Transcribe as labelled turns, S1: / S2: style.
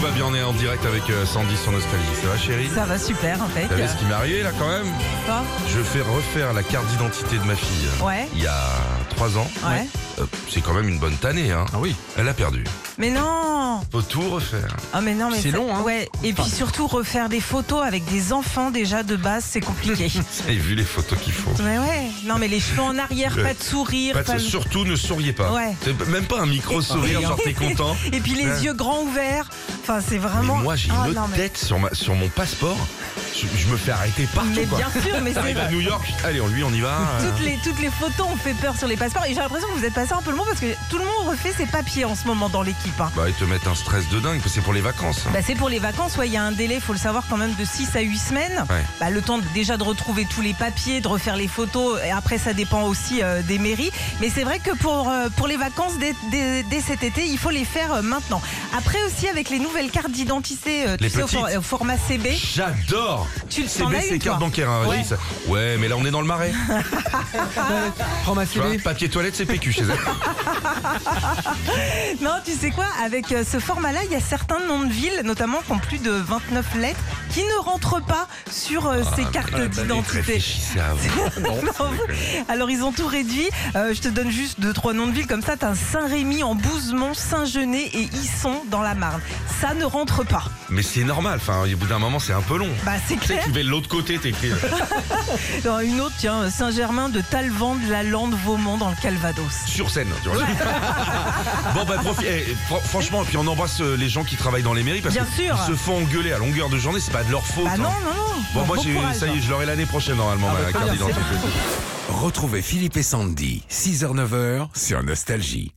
S1: va bien, on est en direct avec euh, Sandy sur Nostalgie. Ça va chérie
S2: Ça va super, en fait.
S1: Vous savez ce qui m'est arrivé là quand même
S2: Quoi
S1: Je fais refaire la carte d'identité de ma fille
S2: Ouais.
S1: il y a 3 ans.
S2: Ouais.
S1: Euh, c'est quand même une bonne tannée. Hein.
S3: Ah oui.
S1: Elle a perdu.
S2: Mais non
S1: Faut tout refaire.
S2: Ah mais non mais
S3: C'est
S2: ça-
S3: long, hein.
S2: Ouais. Et puis surtout refaire des photos avec des enfants déjà de base, c'est compliqué.
S1: Et vu les photos qu'il faut.
S2: ouais ouais. Non mais les cheveux en arrière, pas de sourire,
S1: Pat,
S2: pas de-
S1: surtout ne souriez pas.
S2: Ouais.
S1: C'est Même pas un micro sourire, genre t'es content.
S2: Et puis les
S1: Ouais.
S2: yeux grands ouverts. Enfin c'est
S1: Mais
S2: vraiment.
S1: moi j'ai
S2: Ah,
S1: une autre
S2: non, mais...
S1: tête sur, ma, sur mon passeport. Je, je me fais arrêter partout.
S2: Mais
S1: quoi.
S2: bien sûr, mais c'est
S1: T'arrives à New York, allez on lui on y va.
S2: Toutes les, toutes les photos ont fait peur sur les passeports et j'ai l'impression que vous êtes passé un peu le monde parce que tout le monde refait ses papiers en ce moment dans l'équipe. hein.
S1: Bah ils te mettent un stress de dingue, parce que c'est pour les vacances. hein.
S2: Bah, c'est pour les vacances, ouais, il y a un délai, faut le savoir quand même, de 6 à 8 semaines.
S1: Ouais.
S2: Bah, le temps de- déjà de retrouver tous les papiers, de refaire les photos, et après ça dépend aussi euh, des mairies. Mais c'est vrai que pour, euh, pour les vacances dès, dès- dès cet été, il faut les faire euh, maintenant. Après aussi avec les nouvelles cartes d'identité, euh, tu
S1: Les
S2: sais, au,
S1: petites.
S2: for- au format CB,
S1: J'adore
S2: tu le
S1: C'est
S2: sens là
S1: ces
S2: une
S1: cartes
S2: toi
S1: bancaires, hein, Régis. ouais. mais là on est dans le marais.
S3: Prends ma
S1: Tu vois,
S3: télé.
S1: papier toilette, c'est PQ chez elle.
S2: Non, tu sais quoi Avec euh, ce format-là, il y a certains noms de villes, notamment qui ont plus de 29 lettres, qui ne rentrent pas sur
S1: Ah,
S2: euh, ces cartes
S3: bah,
S2: d'identité.
S1: Réfléchissez à vous.
S2: Non, Alors ils ont tout réduit. Euh, je te donne juste deux trois noms de villes comme ça. T'as Saint-Rémy, en Bouzemont, Saint-Genès et Isson dans la Marne. Ça ne rentre pas.
S1: Mais c'est normal, enfin au bout d'un moment c'est un peu long.
S2: Bah c'est
S1: Tu sais,
S2: clair.
S1: tu vais de l'autre côté, t'écris. euh,
S2: Non, une autre, tiens, Saint-Germain de Talvande, la Lande, Vaumont dans le Calvados.
S1: sur scène. tu vois. bon, bah, profi- eh, fr- franchement, et puis on embrasse euh, les gens qui travaillent dans les mairies parce
S2: Bien
S1: qu'ils
S2: sûr.
S1: se font engueuler à longueur de journée, c'est pas de leur faute.
S2: Bah non,
S1: hein.
S2: non, non.
S1: Bon, moi, j'ai-
S2: courage. hein. Ah bah,
S1: ça y est, je l'aurai l'année prochaine normalement, ma carte d'identité.
S4: Retrouvez Philippe et Sandy, 6h-9h sur Nostalgie.